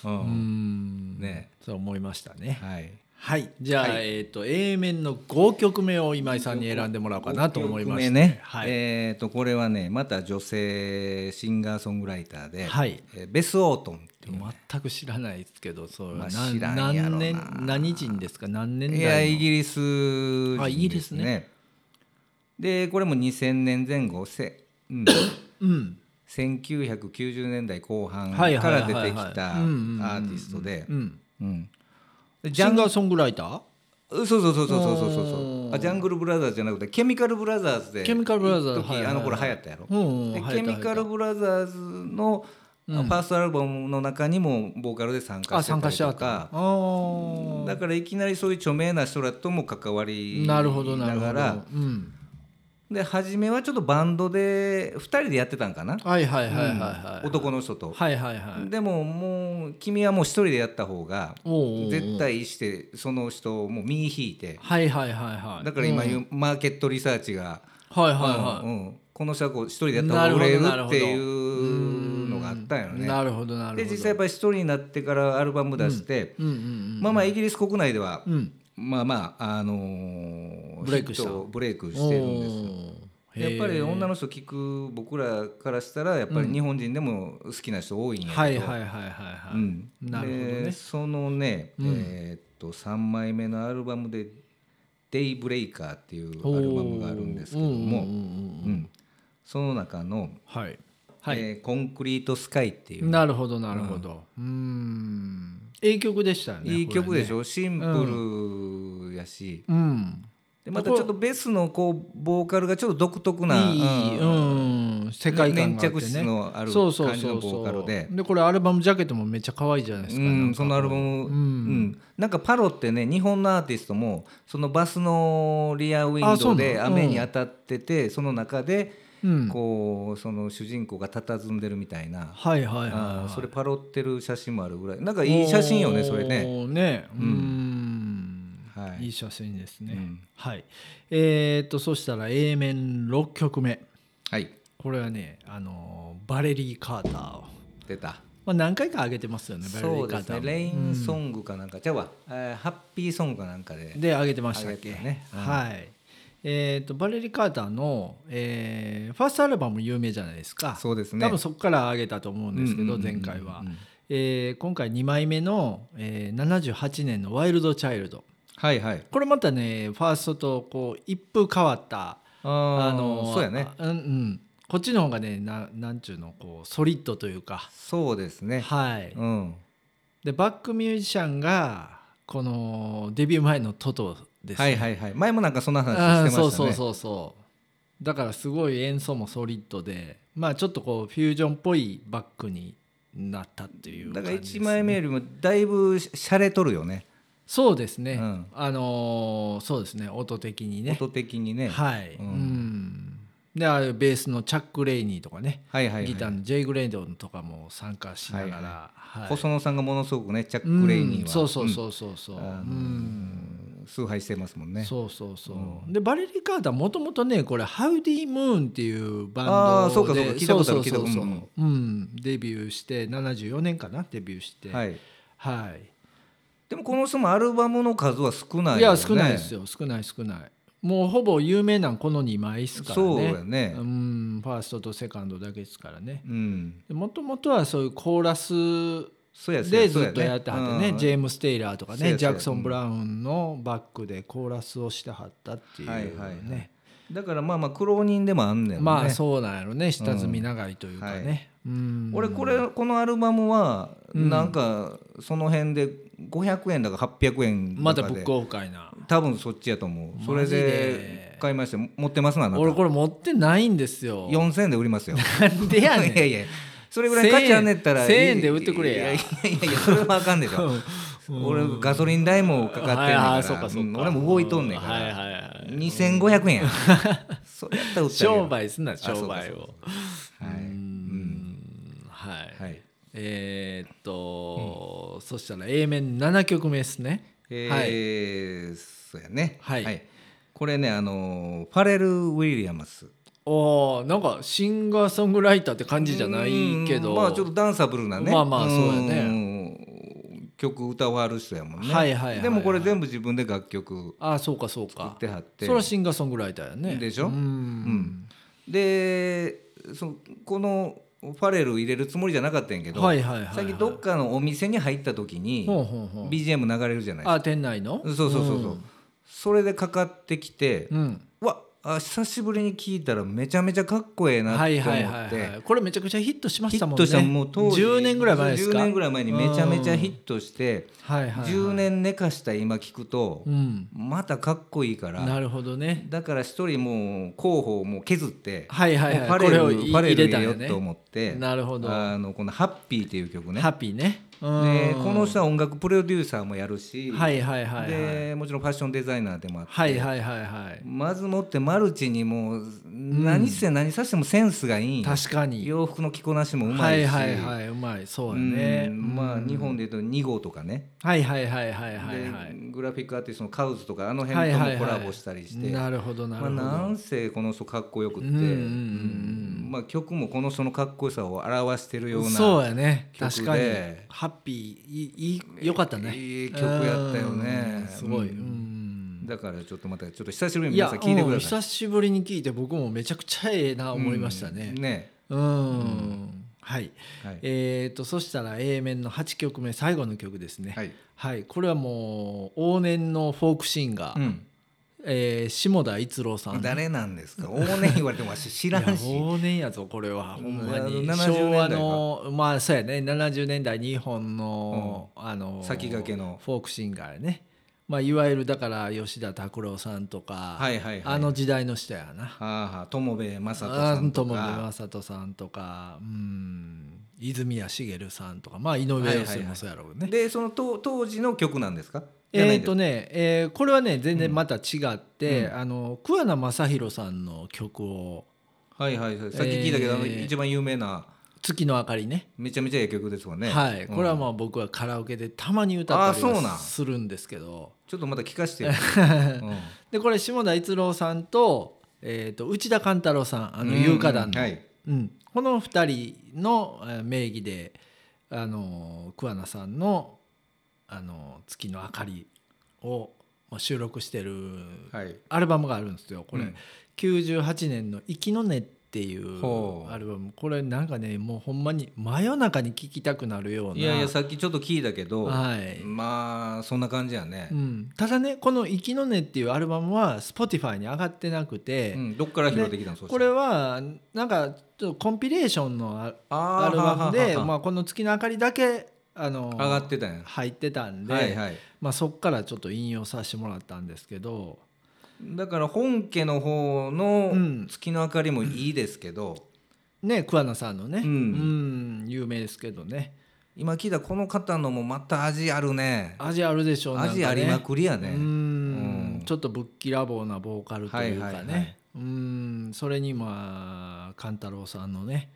S2: ーう
S1: うんん
S2: ね
S1: そう思いましたね
S2: はい
S1: はい、じゃあ、えっ、と A 面の5曲目を今井さんに選んでもらおうかなと思いま
S2: 五
S1: す
S2: 曲目ね、
S1: はい、
S2: えっ、とこれはねまた女性シンガーソングライターで、
S1: はい
S2: えーベス・オートンっていう
S1: 全く知らないですけど、そう、
S2: まあ
S1: な
S2: 知らんや
S1: 何
S2: ろな
S1: 年何人ですか何年代
S2: い
S1: の
S2: やイギリス人
S1: あイギリスね
S2: でこれも2000年前後せ、うん、
S1: うん
S2: 1990年代後半か
S1: はいはいはい
S2: ら
S1: はい
S2: 出てきたア
S1: うんうんうんうん
S2: ーティストで
S1: うん
S2: うんでジ
S1: シ
S2: ャ
S1: ン
S2: ン
S1: ガーソングライター
S2: そうそうそうそうそうそうそう
S1: う
S2: そ
S1: ん
S2: うあジャングルブラザーズじゃなくてケミカルブラザーズで
S1: ケミカルブラザーズ
S2: 一時
S1: はいはい
S2: あの頃流行ったやろ
S1: うんうん
S2: で
S1: 流行った
S2: ケミカルブラザーズのファーストアルバムの中にもボーカルで参加
S1: あ
S2: して
S1: 参
S2: た
S1: 加
S2: り
S1: しちゃ
S2: と
S1: ったあ
S2: か
S1: ー
S2: だからいきなりそういう著名な人らとも関わり
S1: なるほどなるほ
S2: ながら
S1: ど、うん、
S2: で初めはちょっとバンドで2人でやってたんかな
S1: はいはいはいはいはい、
S2: 男の人と
S1: はいはいはい
S2: でももう君はもう一人でやった方が
S1: おうおうおう
S2: 絶対してその人をもう身引いて
S1: はいはいはいはい
S2: だから今言うマーケットリサーチが
S1: はいはいは
S2: うんうんこの人はこう一人でやった方が売れる
S1: なるほど
S2: っていうのがあったよ
S1: い、
S2: ね。
S1: なるほどなるほど
S2: で実際やっぱり一人になってからアルバム出して
S1: うんうんうん
S2: まあまあイギリス国内では
S1: うん
S2: まあまああのー
S1: ブレイクした
S2: ヒットブレイクしてるんですよ。
S1: おー
S2: やっぱ
S1: へ
S2: り
S1: ー
S2: 女の人聞く僕らからしたらやっぱり日本人でも好きな人多いんやけど、
S1: はいはいはいはいはい、
S2: うん、
S1: なるほど
S2: で
S1: ね
S2: そのね、
S1: うん
S2: えーっと3枚目のアルバムで「デイブレイカー」っていうアルバムがあるんですけど
S1: お
S2: も、
S1: ーうんうんうんうん
S2: うんその中の、
S1: はいはい、
S2: えーコンクリートスカイ」っていう
S1: なるほどなるほどうーんいい曲でしたよね
S2: いい曲でし
S1: ょ、
S2: ょ、シンプルやし、
S1: うん、
S2: でまたちょっとベスのこうボーカルがちょっと独特ない
S1: い、
S2: うん
S1: うん、世界観があって、ね、
S2: 粘着質のある
S1: そうそうそう
S2: 感じのボーカルで
S1: そうでこれアルバムジャケットもめっちゃ可愛いじゃないですか,、
S2: うん
S1: なんか
S2: そのアルバム、
S1: う
S2: うんんなんかパロってね日本のアーティストもそのバスのリアウィ
S1: あ
S2: ン
S1: そ
S2: ド
S1: うな
S2: で
S1: の
S2: 雨に当たっててその中で、
S1: うん
S2: こうその主人公が佇んでるみたいな、
S1: はいはいはい
S2: あ
S1: は
S2: ー
S1: い
S2: それパロってる写真もあるぐらいなんかいい写真よねそれね。
S1: おーねう
S2: うんんはい
S1: いい写真ですね、
S2: うん
S1: はいえー、っとそしたら A 面6曲目
S2: はい
S1: これはねあのーバレリー・カーターを、
S2: 出た
S1: まあ、何回か上げてますよねバレリ
S2: そ
S1: ー・
S2: う
S1: カー
S2: です
S1: ター
S2: ね
S1: も
S2: レインソングかなんかじゃあわえーハッピーソングかなんかで
S1: で上げてましたっ
S2: 上
S1: け
S2: げてたねうん
S1: はいえー、とバレリー・カーターの、えーファーストアルバム有名じゃないですか
S2: そうですね
S1: 多分そこから上げたと思うんですけど、
S2: うんうんうんうん
S1: 前回は、えー今回2枚目の、えー78年の「ワイルド・チャイルド」
S2: はいはい
S1: これまたねファーストとこう一風変わった
S2: あ
S1: あ
S2: の
S1: の
S2: そうやね
S1: あうんうんこっちの方がねななんちゅうのこうソリッドというか
S2: そうですね
S1: はい
S2: うん
S1: でバックミュージシャンがこのデビュー前のトトです
S2: はいはいはい前もなんかそんな話
S1: あ
S2: してま
S1: ー
S2: した
S1: そ
S2: ね
S1: うそうそうそうだからすごい演奏もソリッドでまあちょっとこうフュージョンっぽいバックになったっていう
S2: だ
S1: 感じ
S2: から
S1: です
S2: 1枚目よりもだいぶしゃれとるよね
S1: そうですね、
S2: うん
S1: あのーそうですね音的にね
S2: 音的にね
S1: はい、う
S2: うんん
S1: でああいうベースのチャック・レイニーとかね、
S2: はいはいはい
S1: ギターのジェイ・グレイドンとかも参加しながら、
S2: はい
S1: はい
S2: 細野さんがものすごくねチャッ
S1: うん
S2: ク・レイニーは
S1: そうそう
S2: う
S1: そうそうそう、
S2: ん
S1: う
S2: あの
S1: ん
S2: 崇拝してますもんね
S1: そうそうそう、
S2: う
S1: でバレリー・カーターもともとねこれハウディ・ムーンっていうバンドで
S2: あーそうかそうか聞いたことある
S1: そうそうそうそう
S2: 聞いたこ
S1: うんデビューして74年かなデビューして、
S2: はいい
S1: はい
S2: でもこの人もアルバムの数は少ないよ、ね、
S1: いや少ないですよ少ない少ないもうほぼ有名なんこの2枚ですからね
S2: そうやね
S1: うんファーストとセカンドだけですからね
S2: うん
S1: もともとはそういうコーラス
S2: そうやそう
S1: で
S2: そう
S1: ずっとやってはってね
S2: うん
S1: ジェームス・テイラーとか
S2: そうやそう
S1: ね
S2: や
S1: ジャクソン・ブラウンのバックでコーラスをしてはったっていうね、
S2: はいはいはいだからまあまあ苦労人でもあんねんね、
S1: まあそうなんやろね下積み長いというかね、うん
S2: 俺これこのアルバムはなんかその辺で500円だか800円
S1: ま
S2: だ
S1: た
S2: か
S1: ブ
S2: で
S1: ックオフ会な
S2: 多分そっちやと思うそれ
S1: マジ
S2: で
S1: で
S2: 買いました持ってますなあなた
S1: 俺これ持ってないんですよ
S2: 4000円で売りますよ
S1: なんでやねん
S2: いやいやそれぐらい価値あんねったら
S1: 1000円1000円で売ってくれや
S2: いやいやいやいやそれはあかん でしょ俺ガソリン代もかかってんねん
S1: あ
S2: か
S1: あそう
S2: ら
S1: かそううか、
S2: ん俺も動いとんねんか
S1: はい
S2: ら
S1: はいはい
S2: 2500円や それやったら売ったらいい
S1: 商
S2: よ
S1: 売すんな
S2: あそうか
S1: 商売を
S2: は
S1: う
S2: い
S1: んはい、
S2: はい
S1: えーっと、そしたら A 面7曲目ですねはい
S2: えーそうやね
S1: はい
S2: これねあのーファレル・ウィリアムス
S1: おーなんかシンガーソングライターって感じじゃないけど
S2: うんまあちょっとダンサブルなね
S1: まあまあそうやね
S2: ね曲歌わはる人やもんね
S1: はいはいはいはい
S2: でもこれ全部自分で楽曲
S1: ああそうかそうか
S2: 売ってはって
S1: それはシンガーソングライターやね
S2: でしょ
S1: うん
S2: んでそこのファレル入れるつもりじゃなかったんやけど
S1: はいはいはいはい
S2: 最近どっかのお店に入った時に
S1: ほうほうほう
S2: BGM 流れるじゃない
S1: あ店内の
S2: そうそうそうそうそれでかかってきて
S1: うん、うん
S2: わあ久しぶりに聞いたらめちゃめちゃかっこええなっ
S1: は
S2: て
S1: い
S2: 思
S1: はい
S2: っ
S1: はい、は
S2: て
S1: い、これめちゃくちゃヒットしま
S2: ヒ
S1: したも
S2: ッ
S1: んね
S2: トしたもう当時
S1: 10年ぐらい前ですか
S2: 10年ぐらい前にめちゃめちゃヒッ
S1: ト、
S2: トして
S1: はいはいはい、
S2: 10年寝かした今聞くと
S1: うん
S2: またかっこいいから
S1: なるほどね
S2: だから一人もう候補をもう削って
S1: はいはい
S2: も
S1: は
S2: う
S1: い
S2: ファレル
S1: これを
S2: フ
S1: い
S2: ァレル入れよ
S1: 入れ
S2: う
S1: たんやね
S2: と思って
S1: なるほどハ
S2: あのこの「ハッピー」っていう曲ね
S1: ッピーね
S2: で
S1: うん
S2: この人は音楽プロデューサーもやるし
S1: はいはいはいはい
S2: でもちろんファッションデザイナーでもあって
S1: はいはいはいはい
S2: まずもってマルチにもう何して何さしてもセンスがいいんよ、
S1: 確かに
S2: 洋服の着こなしもうま
S1: はいい
S2: し、
S1: はいはいうまいそうやね、
S2: うんまあ
S1: うん
S2: 日本でいうと2号とかね、
S1: はいはいはいはいはいはい
S2: でグラフィックアーティストのカウズとかあの
S1: はい
S2: 辺
S1: はい
S2: とも
S1: はい
S2: コラボしたりして、
S1: なるほどなるほど、
S2: まあ、なんせこの人かっこよくって、
S1: うんうんうんうん
S2: うんまあ、曲もこの人のかっこよさを表してるような
S1: そうやね
S2: 曲
S1: 確
S2: で
S1: かにハッピーいいいいよかったね
S2: いい曲やったよね
S1: うんすごい、
S2: う
S1: うんん
S2: だからちょっとまたちょっと久しぶりに
S1: い
S2: 皆
S1: や
S2: さん聞いてく
S1: うん
S2: ださい
S1: 久しぶりに聞いて僕もめちゃくちゃええな思いました
S2: う
S1: ね
S2: んね
S1: うん、はい、
S2: はい
S1: えー、とそしたら A 面の8曲目最後の曲ですね
S2: はい、
S1: はい、これはもう往年のフォークシンガー、
S2: うん
S1: えー下田逸郎さん
S2: 誰なんですか往年言われてもわし知らん
S1: いや
S2: し
S1: 往年やぞこれはほんま
S2: うん
S1: に
S2: あの70
S1: 昭和のまあそうやね70年代日本の、あの
S2: 先駆けの
S1: フォークシンガーやね、まあ、いわゆるだから吉田拓郎さんとか、
S2: はいはいはい
S1: あの時代の人やな
S2: はあはあ友部正人さ
S1: あ
S2: んと
S1: 友部
S2: か
S1: 正人さんとかうん泉谷しげるさんとかまあ井上陽水もそうやろうね、
S2: でその当当時の曲なんですかじゃな
S1: え
S2: いん
S1: っ
S2: です
S1: と
S2: か
S1: ね、えーこれはね全然また違って、
S2: うん
S1: あの桑名正宏さんの曲を
S2: はいはいはいさっき聞いたけど、あの
S1: えー
S2: 一番有名な
S1: 月の明かりね
S2: めちゃめちゃええ曲ですもんね
S1: はい、
S2: うん
S1: これはまあ僕はカラオケでたまに歌ったり
S2: あーそう
S1: は
S2: なん
S1: するんですけど
S2: ちょっとまた聞か せてよ、うん
S1: でこれ下田逸郎さんと,、えー、と内田勘太郎さんあの優香団の、
S2: うんはい
S1: うん、この2人のえー名義で、あのー桑名さんの、あのー月の明かり」をまあ収録してる
S2: はい
S1: アルバムがあるんですよこれ、
S2: うん
S1: 98年の「生きの根」っていう
S2: ほう
S1: アルバムこれなんかねもうほんまに真夜中に聴きたくなるようない
S2: やいやさっきちょっと聞いたけど、
S1: はい
S2: まあそんな感じやね
S1: う、ん、ただねこの「生きの根」っていうアルバムは Spotify に上がってなくて、
S2: うんどっから拾ってきたのそした
S1: こ
S2: ら
S1: れはなんかちょっとコンピレーションのア
S2: あー
S1: アルバムで
S2: ははは
S1: まあ、この「月の明かり」だけあの
S2: 上がってたんや
S1: 入ってたんで、
S2: はいはい
S1: まあ、そっからちょっと引用させてもらったんですけど
S2: だから本家の方
S1: う
S2: の
S1: ん
S2: 月の明かりもいいですけど、
S1: ね桑名さんのね、
S2: うん
S1: うん有名ですけどね
S2: 今聞いたこの方のもまた味あるね
S1: 味あるでしょう
S2: 味ありまくりやね
S1: う
S2: うん
S1: んちょっとぶっきらぼうなボーカルというかね、
S2: はいはいはい
S1: うんそれにまあ勘太郎さんのね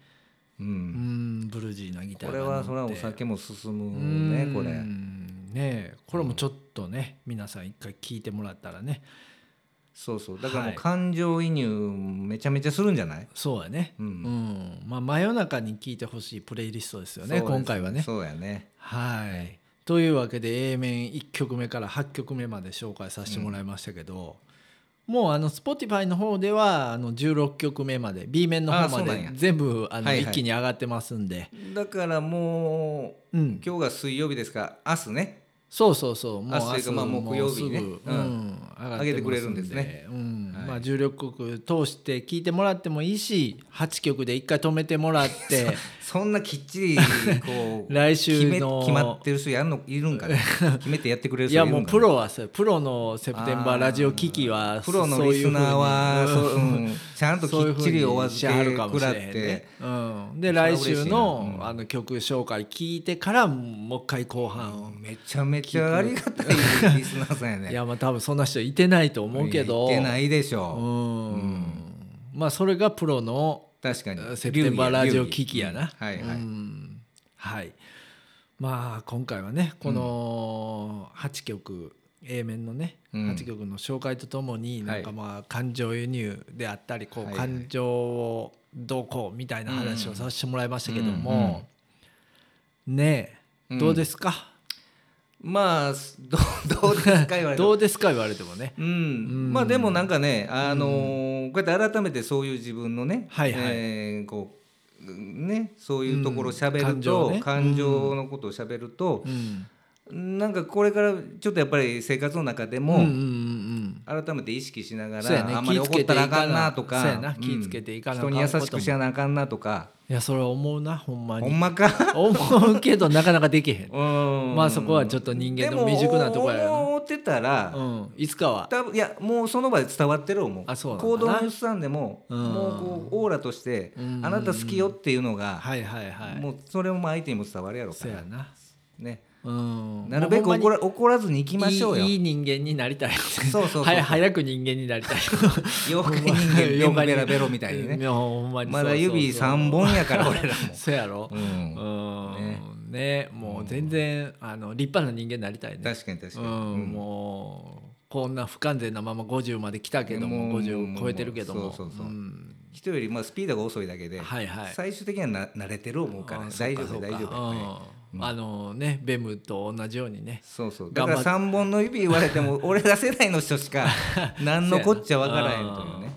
S2: う
S1: うんんブルージーなギタ
S2: こ
S1: ー
S2: れ
S1: が
S2: はそれは
S1: 乗っ
S2: お
S1: て
S2: 酒も進むねこ
S1: う
S2: れ
S1: んねえこれもちょっとね、皆さん一回聞いてもらったらね
S2: そうそうだからも
S1: は
S2: う
S1: い
S2: 感情移入めちゃめちゃするんじゃない
S1: そうやね
S2: う
S1: うん、
S2: ん
S1: まあ真夜中に聞いてほしいプレイリストですよね
S2: そうです
S1: 今回はね
S2: そうやね
S1: はいというわけで A 面1曲目から8曲目まで紹介させてもらいましたけど、もうあの Spotify の方ではあの16曲目まで B 面の
S2: あ
S1: 方
S2: そう
S1: ま
S2: なん
S1: で
S2: や
S1: 全部あの
S2: はいはい
S1: 一気に上がってますんで、
S2: だからもう
S1: うん、
S2: 今日が水曜日ですから明日ね
S1: そうそうそう、もう
S2: 明日というかまあ木曜日にね
S1: もうすぐう
S2: う
S1: んん、上
S2: 上げてくれるんですね。
S1: うん、
S2: はい
S1: まあ重力国通して聞いてもらってもいいし、八曲で一回止めてもらって、
S2: そんなきっちりこ う
S1: 来週の
S2: 決め決まってる人やんのいる んかね決めてやってくれ
S1: い
S2: る人い
S1: や
S2: るんかね
S1: もうプロはそう、プロのセプテンバーラジオ機器
S2: あ
S1: は
S2: ープロのリスナーは
S1: そ
S2: そう
S1: いう
S2: う、うん、ちゃん
S1: ふう
S2: と
S1: にそ
S2: き
S1: ういう
S2: っ
S1: ふうに
S2: ちりお預
S1: しは
S2: け
S1: るかも
S2: く
S1: し
S2: らっ
S1: れへん
S2: て
S1: ね。うん、で
S2: それは
S1: 来
S2: 嬉しいな
S1: 週の,、
S2: うん
S1: あの曲紹介聞いてからもう一回後半、
S2: めちゃめちゃありがたいリスナーさんやね
S1: いやまあ多分そんな人いてないと思うけど
S2: いけないでし
S1: う
S2: ょ
S1: ん、まあそれがプロの
S2: 確かに
S1: セプテンバーラジオ機器やな。
S2: はいはい、
S1: うんはいまあ今回はねこの8曲、A 面のね、
S2: うん
S1: 8曲の紹介とともに
S2: はい
S1: なんかまあ感情輸入であったりこう
S2: はいはい
S1: 感情をどうこうみたいな話をさせてもらいましたけども、ね
S2: う
S1: え
S2: ん
S1: どうですか、
S2: まあすどうどうですか言われて も
S1: どうですか言われてもね
S2: うんまあでもなんかね、あのーこうやって改めてそういう自分のね、
S1: はいはい
S2: えーこうね、そういうところを喋ると、
S1: うん
S2: 感
S1: 感
S2: 情
S1: 情ね
S2: のことを喋ると
S1: う、ん
S2: なんかこれからちょっとやっぱり生活の中で
S1: うん
S2: も、
S1: うんうん
S2: 改めて意識しなが
S1: そうや
S2: ら、
S1: ね
S2: あんまり怒ったらあかんなとか
S1: 気ぃつけていかな
S2: うん
S1: そうやな気ぃつけていかなあかん
S2: 人に優しくしなあかんなとか
S1: いやそれは思うなほんま
S2: ほ
S1: に
S2: ん まか
S1: 思うけどなかなかできへ ん
S2: うん
S1: まあそこはちょっと人間の未熟なとこや
S2: で
S1: よ
S2: も
S1: な
S2: 思ってたら、
S1: うん、いつかは
S2: 多分いやもうその場で伝わってる思う
S1: あそうなんだな
S2: 行動のさんでも、
S1: うん
S2: もうこうオーラとして、
S1: うん
S2: あなた好きよっていうのが、
S1: はいはいはい
S2: もうそれも相手にも伝わるやろうか
S1: そう
S2: ら
S1: やな
S2: ね、
S1: うん
S2: なるべく
S1: もうほんま
S2: 怒
S1: に
S2: ら怒らずに行きましょうよ
S1: いいいい人間になりたい
S2: そうそうそう
S1: はや早く人間になりたい
S2: 妖怪 人間でもベラベロみたいに
S1: い
S2: ね
S1: やほんまに
S2: まだ指3本やから俺らも、
S1: そうやろ
S2: う、
S1: うんんねもう全然あの立派な人間になりたいね
S2: 確かに確か
S1: う
S2: に、
S1: んもうこんな不完全なまま50まで来たけども
S2: もう
S1: 50
S2: もう
S1: を超えてるけども
S2: そうそうそうん人よりまあスピードが遅いだけで、
S1: はいはい
S2: 最終的にはな慣れてる思うから
S1: あそう
S2: 大丈
S1: か
S2: 夫大丈
S1: そう
S2: 夫、
S1: か
S2: はい
S1: うんあのねベムと同じようにね
S2: そうそうだ
S1: 頑張
S2: か
S1: っ
S2: ら3本の指言われ ても俺ら世代の人しか何のこっちゃわからへんというね、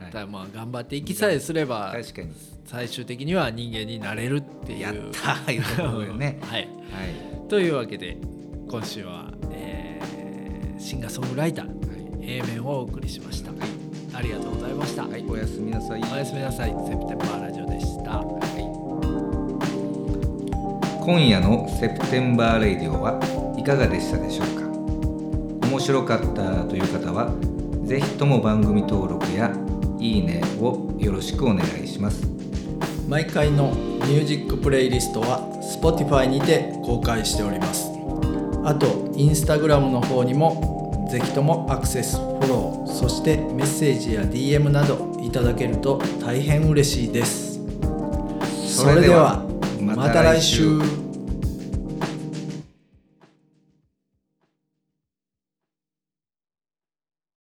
S1: だか
S2: は
S1: らまあ頑張っていきさえすれば
S2: い、確かに
S1: 最終的には人間になれるっていう
S2: やったーいうところでね
S1: はい、
S2: はい
S1: というわけで今週は、えーシンガーソングライター
S2: は
S1: A 面をお送りしました、ありがとうございました、
S2: い、はい、おやすみなさい、
S1: おやすみなさいセプテンバーラジオでした
S2: 今夜の「セプテンバー・レイディオ」はいかがでしたでしょうか面白かったという方はぜひとも番組登録や「いいね」をよろしくお願いします
S1: 毎回のミュージックプレイリストは Spotify にて公開しておりますあと Instagram の方にもぜひともアクセスフォローそしてメッセージや DM などいいただけると大変嬉しいです
S2: それでは
S1: それではまた来週